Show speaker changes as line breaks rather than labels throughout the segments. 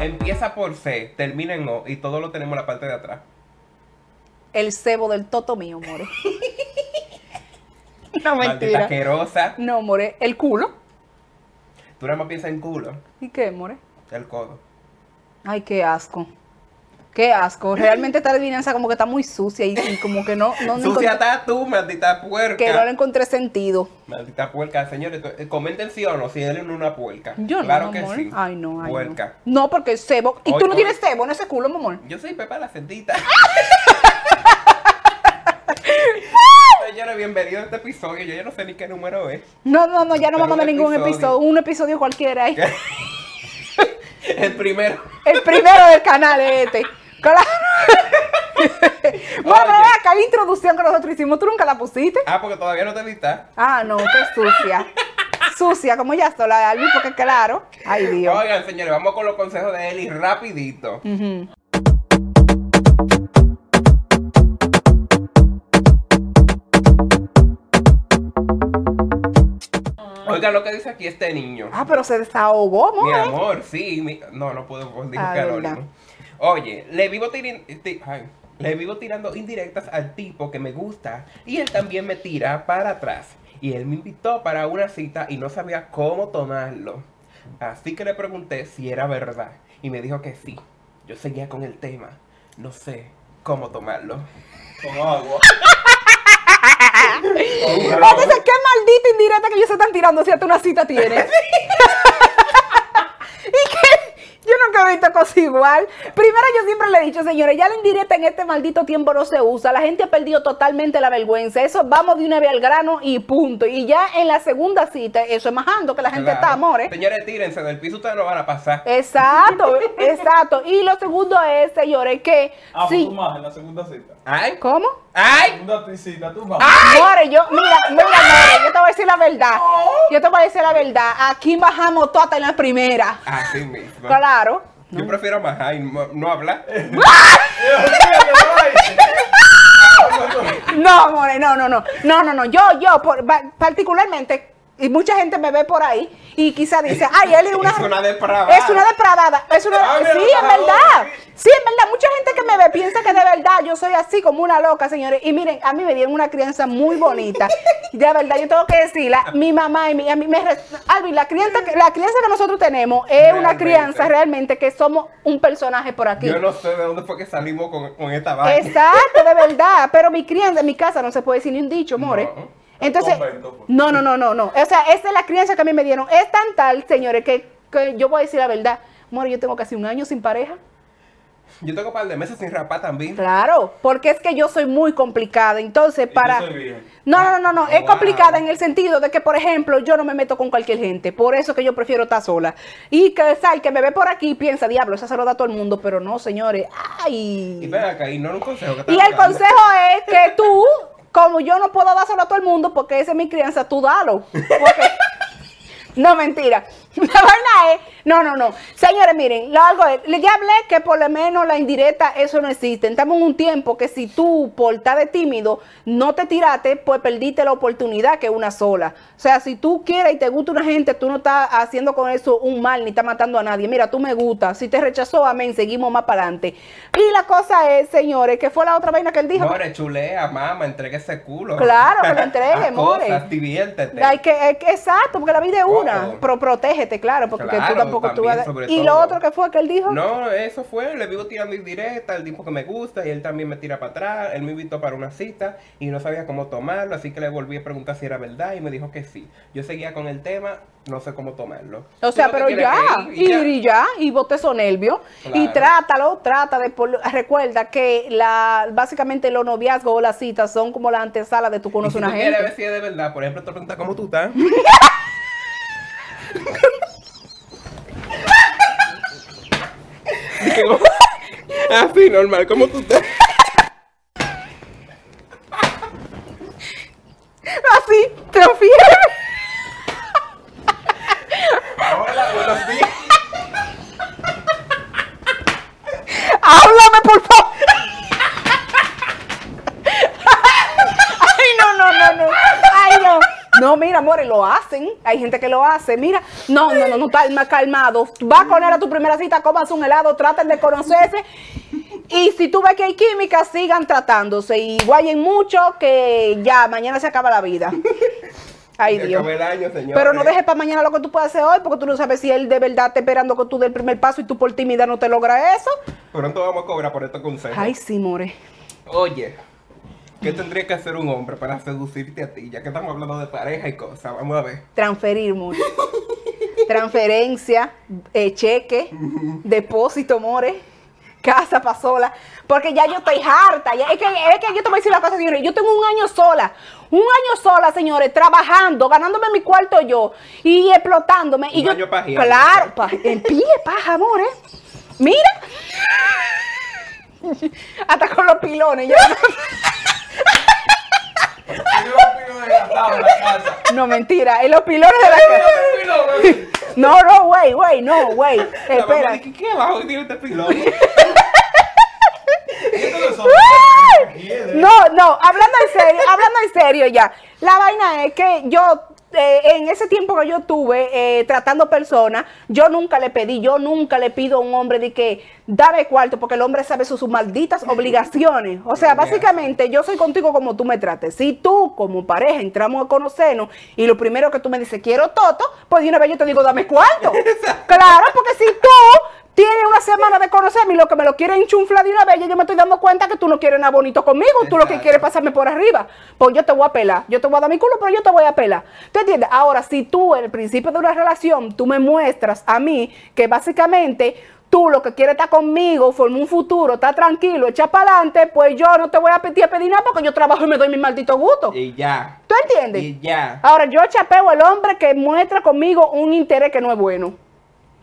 empieza por C, termina en O y todo lo tenemos en la parte de atrás.
El cebo del toto mío, more. no
Maldita
mentira.
asquerosa.
No, more. El culo.
Tú nada más piensas en culo,
¿Y qué, more?
el codo.
Ay, qué asco. Qué asco. Realmente esta adivinanza como que está muy sucia y, y como que no, no, no
Sucia
encontré,
está tú, maldita puerca.
que no le encontré sentido.
Maldita puerca, señores. tú- eh, Comenten sí o no, si él es una puerca.
Yo no,
claro
mi
que
amor.
sí.
Ay, no, ay,
Puerca.
no. No, porque el cebo. Y
Hoy-
tú no
hoy-
tienes cebo en ese culo, mi amor.
Yo soy Pepa la Cerdita. Señores, bienvenidos a este episodio. Yo ya no sé ni qué número es.
No, no, no, ya no
Pero
vamos a ver
un
ningún
episodio.
episodio, un episodio cualquiera. ahí.
El primero.
El primero del canal es este. Claro. bueno, pero
Oye.
acá la introducción que nosotros hicimos, tú nunca la pusiste.
Ah, porque todavía no te editas.
Ah, no, qué sucia. sucia, como ya está la de Alvin, porque claro. Ay, Dios.
Oigan, señores, vamos con los consejos de Eli rapidito.
Ujú. Mm.
Oigan lo que dice aquí este niño.
Ah, pero se desahogó,
Mi
more.
amor, sí. mi- No, no puedo, pues, dijo
Ah,
que
verdad.
anónimo. Oye, le vivo, tirin- ti- ay, le vivo tirando indirectas al tipo que me gusta y él también me tira para atrás. Y él me invitó para una cita y no sabía cómo tomarlo. Así que le pregunté si era verdad y me dijo que sí. Yo seguía con el tema. No sé cómo tomarlo.
Con agua.
Entonces, qué maldita indirecta que ellos se están tirando si hasta una cita tienes. y que yo nunca he visto cosa igual. Primero, yo siempre le he dicho, señores, ya la indirecta en este maldito tiempo no se usa. La gente ha perdido totalmente la vergüenza. Eso vamos de una vez al grano y punto. Y ya en la segunda cita, eso es majando que la gente
Claro.
está, amores. Eh.
Señores, tírense del piso, ustedes no van a pasar.
Exacto, exacto. Y lo segundo es, señores, que
Ah, pues tú
sí.
más en la segunda cita.
¡Ay!
¿Cómo?
La Ah.
¡Ay!
segunda cita, tú más.
More, yo, mira, mira, More, yo te voy a decir la verdad. Yo te voy a decir la verdad. Aquí bajamos todas en la primera.
Así mismo.
Claro.
Ah, Yo prefiero más, ay, no no hablar.
No, More, no, no, no. No, no, no. Yo, yo, por- pa- particularmente, y mucha gente me ve por ahí y quizá dice, ay, él es una.
Es una depravada.
Es una depravada. Es una,
Ay, mira,
sí,
lo
es
bajó.
verdad. Sí, es verdad. Mucha gente que me ve piensa que de verdad yo soy así como una loca, señores. Y miren, a mí me dieron una crianza muy bonita. De verdad, yo tengo que decirla. Mi mamá y mi. a mí me res- Alvin, la crianza, que- la crianza que nosotros tenemos es una
Realmente.
crianza realmente que somos un personaje por aquí.
Yo no sé de dónde fue que salimos con, con esta vaina.
Exacto, de verdad. Pero mi crianza en mi casa no se puede decir ni un dicho, more.
No.
Entonces,
Convento, pues.
no, no, no, no, no. O sea, esa es la crianza que a mí me dieron. Es tan tal, señores, que, que yo voy a decir la verdad. More, yo tengo casi un año sin pareja.
Yo tengo un par de meses sin rapar también.
Claro, porque es que yo soy muy complicada. Entonces,
tú
para.
soy virgen.
No, no, no, no, es
Wow.
complicada en el sentido de que, por ejemplo, yo no me meto con cualquier gente, por eso que yo prefiero estar sola. Y que, sal, que me ve por aquí y piensa, diablo, esa se lo da a todo el mundo, pero no, señores, ay.
Y ven acá, y no era un consejo que
Y
estaba dando.
el consejo es que tú, como yo no puedo dárselo a todo el mundo porque esa es mi crianza, tú dalo. Porque- No, mentira. La vaina es. No, no, no. Señores, miren, lo algo es. le- Ya hablé que por lo menos la indirecta, eso no existe. Estamos en un tiempo que si tú, por estar de tímido, no te tiraste, pues perdiste la oportunidad que es una sola. O sea, si tú quieres y te gusta una gente, tú no estás haciendo con eso un mal ni estás matando a nadie. Mira, tú me gusta. Si te rechazó, amén, seguimos más para adelante. Y la cosa es, señores, que fue la otra vaina que él dijo.
More, chulea, mama, entrega ese culo.
Claro, que lo entregue,
Haz
more.
cosas, diviértete.
Hay que, hay que- exacto, porque la vida es una,
Ojo.
pero protégete, claro, porque
Claro,
tú tampoco tú
también,
vas a-
sobre
Y lo
todo.
otro que fue que él dijo,
No, eso fue, le vivo tirando indirecta, el tipo que me gusta, y él también me tira para atrás, él me invitó para una cita, y no sabía cómo tomarlo, así que le volví a preguntar si era verdad, y me dijo que sí. Yo seguía con el tema, no sé cómo tomarlo.
o
Tú
sea,
no te
pero
tienes
ya,
que ir,
y, y ya, y bote esos nervios, y
Claro.
trátalo, trata de, por- recuerda que la, básicamente los noviazgos o las citas son como la antesala de tú
Y
conoces
si
una
tú quieres
gente.
ver si es de verdad, por ejemplo, te pregunta cómo tú estás. Digo, Así, normal, ¿cómo tú estás?
Así, te lo fijas.
Hola, buenos días.
Háblame, por favor. Ay, no, no, no, no. Ay, no. No, mira, amores, lo hacen. hay gente que lo hace. Mira, no, no, no, no, calma, calmado. Va con él a tu primera cita, comas un helado, traten de conocerse. Y si tú ves que hay química, sigan tratándose. Y guayen mucho que ya, mañana se acaba la vida. Ay,
Se
Dios.
acabó el año, señores.
Pero no dejes para mañana lo que tú puedes hacer hoy, porque tú no sabes si él de verdad está esperando que tú des el primer paso y tú por timidez no te logra eso.
Pronto vamos a cobrar por estos consejos.
Ay, sí, more.
Oye, ¿qué tendría que hacer un hombre para seducirte a ti? Ya que estamos hablando de pareja y cosas, vamos a ver.
Transferir mucho. Transferencia, eh, cheque, depósito, more. Casa para sola. Porque ya yo estoy harta. ya- es, que, es que yo te voy a decir la cosa, señores. Yo tengo un año sola. Un año sola, señores, trabajando, ganándome mi cuarto yo y explotándome. y
Un
yo,
año pajeando.
Claro, pa, en pie, paja, amor, ¿eh? Mira. Hasta con los pilones. yo-
Yo lo pido de la tabla, la casa.
No, mentira, en los pilones de la casa. No, no, güey, güey, no, güey.
La mamá
Espera.
dice, ¿Qué bajo tiene este pilón?
Esto no es
eh.
¡Ay! No, no, hablando en serio, hablando en serio ya. La vaina es que yo, eh, en ese tiempo que yo tuve eh, tratando personas, yo nunca le pedí, yo nunca le pido a un hombre de que dame cuarto, porque el hombre sabe sus, sus malditas obligaciones. O sea,
Ya.
básicamente yo soy contigo como tú me trates. Si tú, como pareja, entramos a conocernos y lo primero que tú me dices, quiero toto, pues de una vez yo te digo, dame cuarto. claro, porque si tú Tienes una semana de conocerme y lo que me lo quieren enchunflar de una vez, ya yo me estoy dando cuenta que tú no quieres nada bonito conmigo, tú lo que
Exacto.
quieres es pasarme por arriba. Pues yo te voy a pelar, yo te voy a dar mi culo, pero yo te voy a pelar. ¿Tú entiendes? Ahora, si tú en el principio de una relación, tú me muestras a mí que básicamente tú lo que quieres estar conmigo, formar un futuro, estar tranquilo, echar para adelante, pues yo no te voy a pedir, a pedir nada porque yo trabajo y me doy mi maldito gusto.
y ya.
¿Tú entiendes?
Y ya.
Ahora, yo chapeo al hombre que muestra conmigo un interés que no es bueno.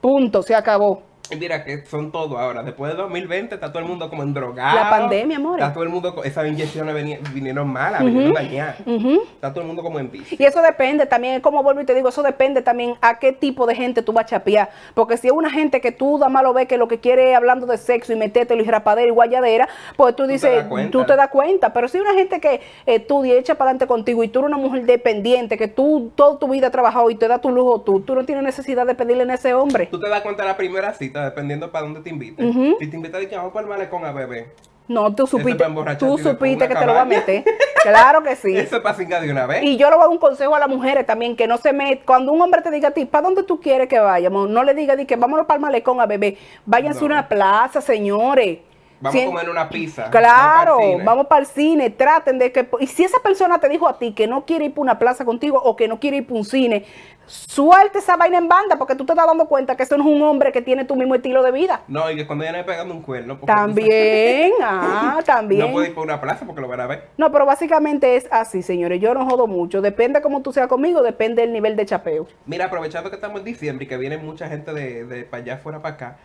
Punto, se acabó.
Mira que son todo ahora. Después de 2020 está todo el mundo como en drogado.
La pandemia, amores.
Está todo el mundo, con- esas inyecciones veni- vinieron malas, vinieron dañadas. Está todo el mundo como en vicio.
Y eso depende también, como vuelvo y te digo, eso depende también a qué tipo de gente tú vas a chapear. Porque si es una gente que tú da malo ve que lo que quiere es hablando de sexo y metértelo y rapadera y guayadera, pues tú
te
dices,
das cuenta.
tú te das cuenta. Pero si es una gente que estudia y echa para adelante contigo y tú eres una mujer dependiente, que tú toda tu vida has trabajado y te da tu lujo tú, tú no tienes necesidad de pedirle a ese hombre.
Tú te das cuenta en la primera cita, dependiendo para dónde te inviten. Si te invitan, dije, vamos para el malecón a beber.
No, tú supiste,
para emborracharte
tú
y después
supiste
una
que te lo va a
cabaña.
meter. Claro que sí.
Eso es para cingar de una vez.
Y yo le voy a dar un consejo a las mujeres también, que no se me... Cuando un hombre te diga a ti, ¿para dónde tú quieres que vayamos? No le diga, di que vámonos para el malecón a bebé. Váyanse
No.
a una plaza, señores.
Vamos
Si-
a comer una pizza.
Claro,
vamos al cine.
vamos para el cine, traten de que... Y si esa persona te dijo a ti que no quiere ir para una plaza contigo o que no quiere ir para un cine, suelte esa vaina en banda porque tú te estás dando cuenta que eso no es un hombre que tiene tu mismo estilo de vida.
No, y que cuando ya no pegando un cuerno. porque tú sabes-
También, ah, también.
No puede ir por una plaza porque lo van a ver.
No, pero básicamente es así, señores. Yo no jodo mucho. Depende cómo tú seas conmigo, depende del nivel de chapeo.
Mira, aprovechando que estamos en diciembre y que viene mucha gente de, de para allá afuera para acá,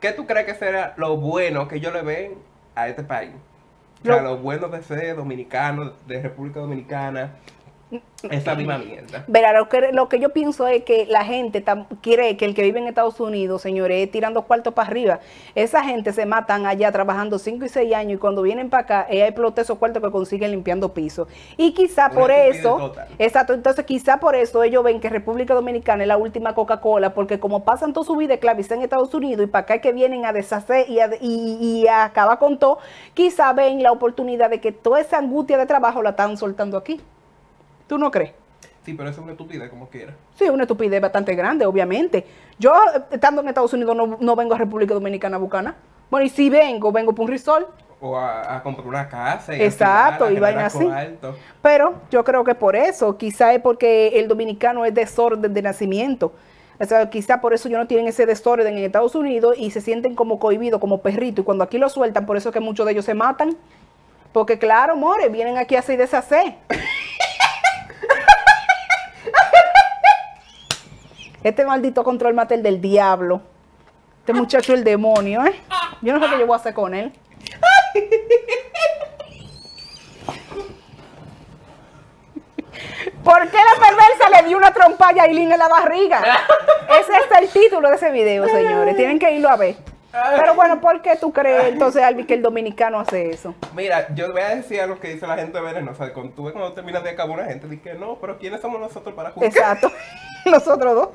¿qué tú crees que será lo bueno que yo le ven a este país? O sea,
Lo-
lo bueno de ser dominicano, de República Dominicana,
Mm,
esa misma mierda.
Verá, lo que, lo que yo pienso es que la gente tam- cree que el que vive en Estados Unidos, señores, es tirando cuartos para arriba. Esa gente se matan allá trabajando 5 y 6 años y cuando vienen para acá, eh, explotar esos cuartos que consiguen limpiando pisos. Y quizá
Una
por
estupidez
eso,
total.
exacto, entonces quizá por eso ellos ven que República Dominicana es la última Coca-Cola, porque como pasan toda su vida esclavizados en Estados Unidos y para acá es que vienen a deshacer y a, y, y a acabar con todo, quizá ven la oportunidad de que toda esa angustia de trabajo la están soltando aquí. ¿Tú no crees?
Sí, pero eso es una estupidez, como quiera.
Sí, es una estupidez bastante grande, obviamente. Yo, eh, estando en Estados Unidos, no, no vengo a República Dominicana a buscar nada. Bueno, y si vengo, vengo por un resort.
O a, a comprar una casa. Y
Exacto, y vaina
vaina
así. Pero yo creo que por eso, quizá es porque el dominicano es desorden de nacimiento. O sea, quizá por eso ellos no tienen ese desorden en Estados Unidos y se sienten como cohibidos, como perritos. Y cuando aquí lo sueltan, por eso es que muchos de ellos se matan. Porque claro, more, vienen aquí así de deshacer. Este maldito control mate el del diablo. Este muchacho el demonio, ¿eh? Yo no sé qué yo voy a hacer con él. ¿Por qué la perversa le dio una trompa a Yailin en la barriga? Ese es el título de ese video, señores. Tienen que irlo a ver. Pero bueno, ¿por qué tú crees entonces, Albi, que el dominicano hace eso?
Mira, yo voy a decir a lo que dice la gente venenosa. Cuando tú ves cuando terminas de acabar una gente, dije, no, pero ¿quiénes somos nosotros para juzgar?
Exacto. Nosotros dos.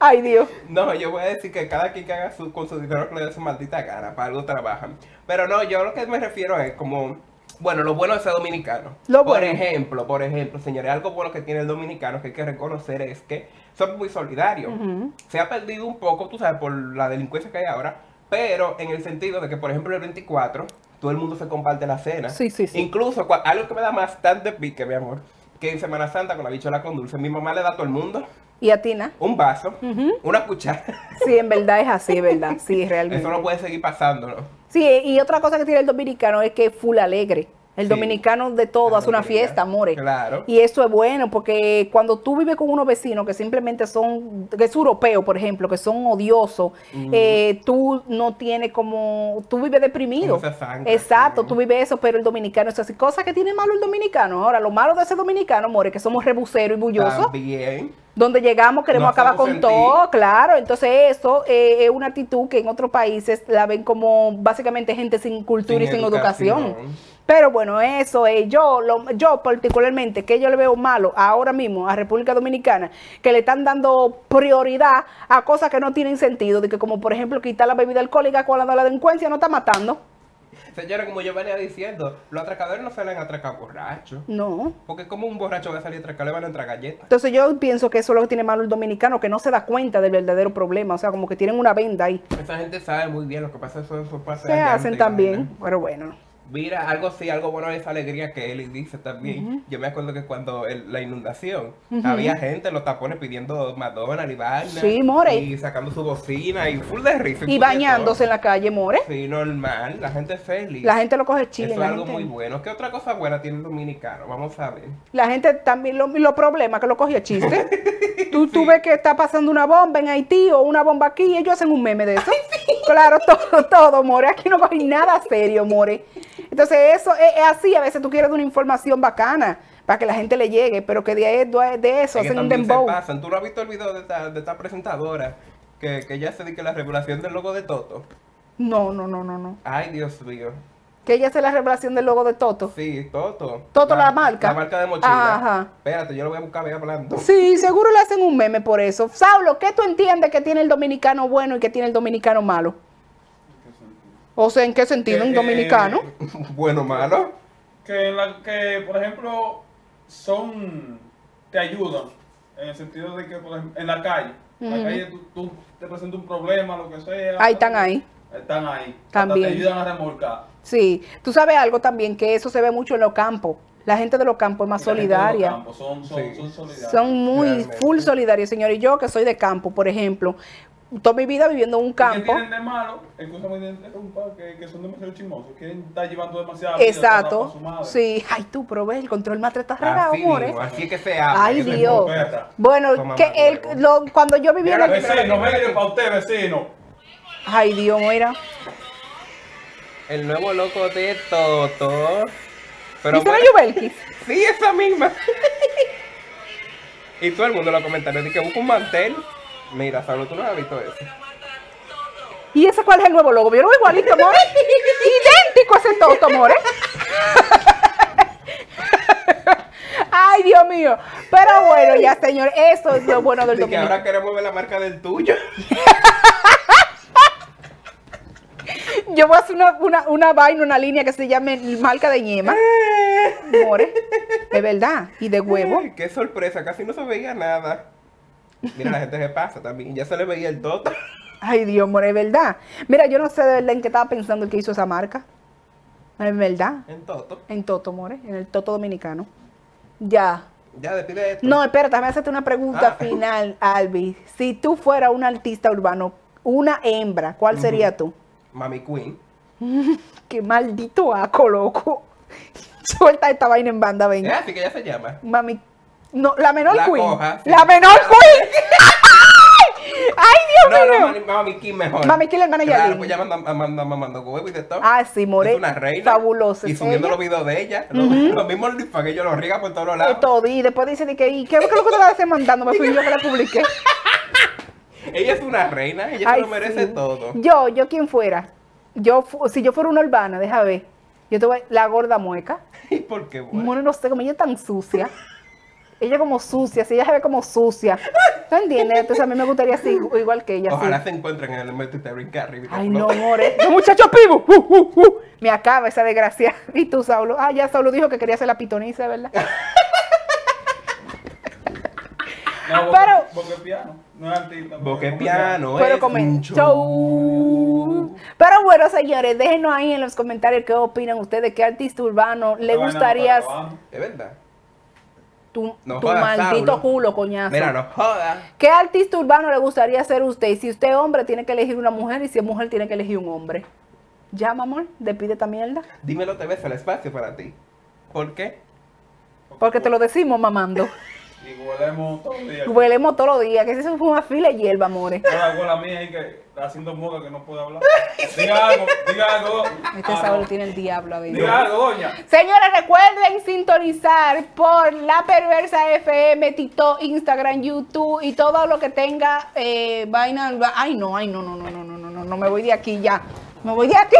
Ay, Dios.
No, yo voy a decir que cada quien que haga su, con su dinero que le dé su maldita gana, para algo trabajan. Pero no, yo lo que me refiero es como, bueno, lo bueno de ser dominicano.
Lo
por
bueno.
ejemplo, por ejemplo, señores, algo bueno que tiene el dominicano que hay que reconocer es que son muy solidarios.
Ujú.
Se ha perdido un poco, tú sabes, por la delincuencia que hay ahora, pero en el sentido de que, por ejemplo, el 24, todo el mundo se comparte la cena.
Sí, sí, sí.
Incluso, cua- algo que me da bastante pique, mi amor, que en Semana Santa con la bichola con dulce, mi mamá le da a todo el mundo
¿Y a Tina?
un vaso,
Ujú.
una cuchara.
Sí, en verdad es así, ¿verdad? Sí, realmente.
Eso no puede seguir pasando, ¿no?
Sí, y otra cosa que tiene el dominicano es que es full alegre. El
Sí.
dominicano de todo
La
hace una
alegría.
fiesta, amores.
Claro.
Y eso es bueno, porque cuando tú vives con unos vecinos que simplemente son, que es europeo, por ejemplo, que son odiosos, eh, tú no tienes como, tú vives deprimido.
Como esa sangre,
Exacto,
sí.
tú vives eso, pero el dominicano es así. Cosa que tiene malo el dominicano. Ahora, lo malo de ese dominicano, amores, que somos rebuseros y bullosos.
También.
Donde llegamos queremos
Nos
acabar con
hacemos
todo,
sentir.
claro. Entonces eso eh, es una actitud que en otros países la ven como básicamente gente sin cultura
Sin
y sin educación.
educación.
Pero bueno, eso es yo, lo- yo particularmente, que yo le veo malo ahora mismo a República Dominicana, que le están dando prioridad a cosas que no tienen sentido, de que como por ejemplo quitar la bebida alcohólica cuando la delincuencia no está matando.
Señores, como yo venía diciendo, los atracadores no salen a atracar borrachos.
No.
Porque como un borracho va a salir a atracar, le van a entrar galletas.
Entonces yo pienso que eso es lo que tiene malo el dominicano, que no se da cuenta del verdadero problema, o sea, como que tienen una venda ahí.
Esa gente sabe muy bien lo que pasa, eso, eso pasa
se
allá,
hacen
no te imaginas.
también, pero bueno.
Mira, algo sí, algo bueno de esa alegría que él dice también. Yo me acuerdo que cuando el- la inundación, había gente en los tapones pidiendo McDonald's y vaina.
Sí, more.
Y sacando su bocina y full de risa.
Y
full de
bañándose en la calle, more.
todo. Sí, normal, la gente feliz.
La gente lo coge chile.
Eso es
la,
algo
gente,
muy bueno. ¿Qué otra cosa buena tiene el dominicano? Vamos a ver.
la gente también, lo- los problemas que lo cogió chiste. tú, tú ves que está pasando una bomba en Haití o una bomba aquí y ellos hacen un meme de eso. Claro, todo, todo, more. Aquí no cogí nada serio, more. Entonces eso es, es así. A veces tú quieres dar una información bacana para que la gente le llegue, pero que de, ahí- de eso
Es que
hacen un
también se
dembow.
pasan. ¿Tú no has visto el video de esta, de esta presentadora? Que, que ya se dice que la revelación del logo de Toto.
No, no, no, no, no.
Ay, Dios mío.
Que ella hace la revelación del logo de Toto.
Sí, Toto.
Toto, la marca.
La marca de mochila.
Ajá.
Espérate, yo lo voy a buscar, voy hablando.
Sí, seguro le hacen un meme por eso. Saulo, ¿qué tú entiendes que tiene el dominicano bueno y que tiene el dominicano malo? O sea, ¿en qué sentido un
Eh,
dominicano?
bueno, malo.
Que, en la, que, por ejemplo, son. te ayudan. En el sentido de que, por ejemplo, en la calle. En la
Ujú.
calle tú, tú te presentas un problema, lo que sea.
Ahí están ahí.
Están ahí.
También.
Hasta te ayudan a remolcar.
Sí, tú sabes algo también, que eso se ve mucho en los campos. La gente de los campos es más
Y la gente de los
solidaria.
campos Son, son,
Sí.
son solidarios.
Son muy
Realmente.
full solidarios, señor. Y yo que soy de campo, por ejemplo, toda mi vida viviendo en un
¿Qué
campo.
tienen de malo? Escúchame de interrumpa, que, que son demasiado chismosos. Quieren estar llevando demasiado.
Exacto. Sí. Ay, tú, pero ves, el control más está
Ah,
regado,
Así,
amores.
mismo, así es que se habla.
Ay,
que se
Dios.
profeta.
¿eh? Bueno,
Toma
que
más
el, lo- cuando yo vivía en
Mira,
el
Vecino, medio para usted, vecino.
Ay, Dios, mira.
El nuevo loco de Toto. Pero
¿Viste la
bueno,
Yubelkis?
sí, esa misma. y todo el mundo en los comentarios dice que busca un mantel. Mira, Pablo, tú no has visto eso.
¿Y ese cuál es el nuevo logo? ¿Vieron igualito, amores? Idéntico a ese ¿eh? toto, amores. Ay, Dios mío. Pero bueno, ya, señor, eso es lo bueno del
Así que ahora
dominicano.
queremos ver la marca del tuyo.
Yo voy a hacer una, una, una vaina, una línea que se llame marca de yema, amores. De verdad. Y de huevo.
Ay, Qué sorpresa, casi no se veía nada. Mira, la gente se pasa también. Ya se le veía el toto.
Ay, Dios, amor, es verdad. Mira, yo no sé de verdad en qué estaba pensando el que hizo esa marca. Es verdad.
En toto.
En Toto, more, en el Toto dominicano. Ya.
Ya despide esto.
No, espera, déjame hacerte una pregunta
Ah.
final, Albi. Si tú fueras un artista urbano, una hembra, ¿cuál sería tú?
Mami Queen.
Qué maldito aco, loco. Suelta esta vaina en banda,
Eh,
venga.
así que ya se llama.
Mami. No, la menor
La
queen.
coja, sí.
La menor queen. ¡Ay, Dios
No,
mío!
no, mami, mami Queen mejor.
Mami Queen, la hermana
Claro,
Yalin.
pues ya manda, manda, manda huevo y de todo.
Ah, sí, More.
Es una reina.
Fabulosa.
Y
es
subiendo
ella.
los videos de ella. Los Lo mismo OnlyFans, ellos lo riegan por todos
de
lados.
todo. Y después dice de que, ¿y qué es lo que tú estás mandando? Me fui yo que la publiqué.
Ella es una reina, ella se
Ay,
lo merece
sí.
todo.
Yo, yo quien fuera. Yo, fu- si yo fuera una urbana, deja ver. Yo te voy, la gorda mueca.
¿Y por qué, bueno?
Bueno, no sé, como ella es tan sucia. Ella como sucia, si ella se ve como sucia. ¿Tú entiendes? Entonces a mí me gustaría así, igual que ella. así.
Ojalá se encuentren en el momento de Taryn Carrie.
Ay, no, more. ¡Qué muchacho pivo! Uh, uh, uh. Me acaba esa desgracia. ¿Y tú, Saulo? Ah, ya Saulo dijo que quería ser la pitoniza, ¿verdad?
No, boque,
Pero-
boque piano. No es artista.
Porque piano
Pero
es
comen.
un
Show.
show.
Pero bueno, señores, déjenos ahí en los comentarios qué opinan ustedes, qué artista urbano le gustaría
Es verdad.
tu,
No
tu
jodas,
maldito
Saulo.
culo, coñazo.
Mira, no jodas.
¿Qué artista urbano le gustaría ser usted? Y si usted es hombre, tiene que elegir una mujer. Y si es mujer, tiene que elegir un hombre. Ya, mi amor, despide esta mierda.
Dímelo te ves el espacio para ti. ¿Por qué?
Porque te lo decimos mamando.
Y huelemos todo el día.
Huelemos todos los días. Que eso fue una fila de hierba, amores.
Hola, hola mía ahí que está haciendo moda que no puede hablar. Diga algo, diga algo.
Este
Ah,
sábado
no.
tiene el diablo adentro.
Diga algo, doña.
Señores, recuerden sintonizar por La Perversa FM, TikTok, Instagram, YouTube y todo lo que tenga eh, vaina. Ay, no, ay, no, no, no, no, no, no, no, no, me voy de aquí ya. Me voy de aquí.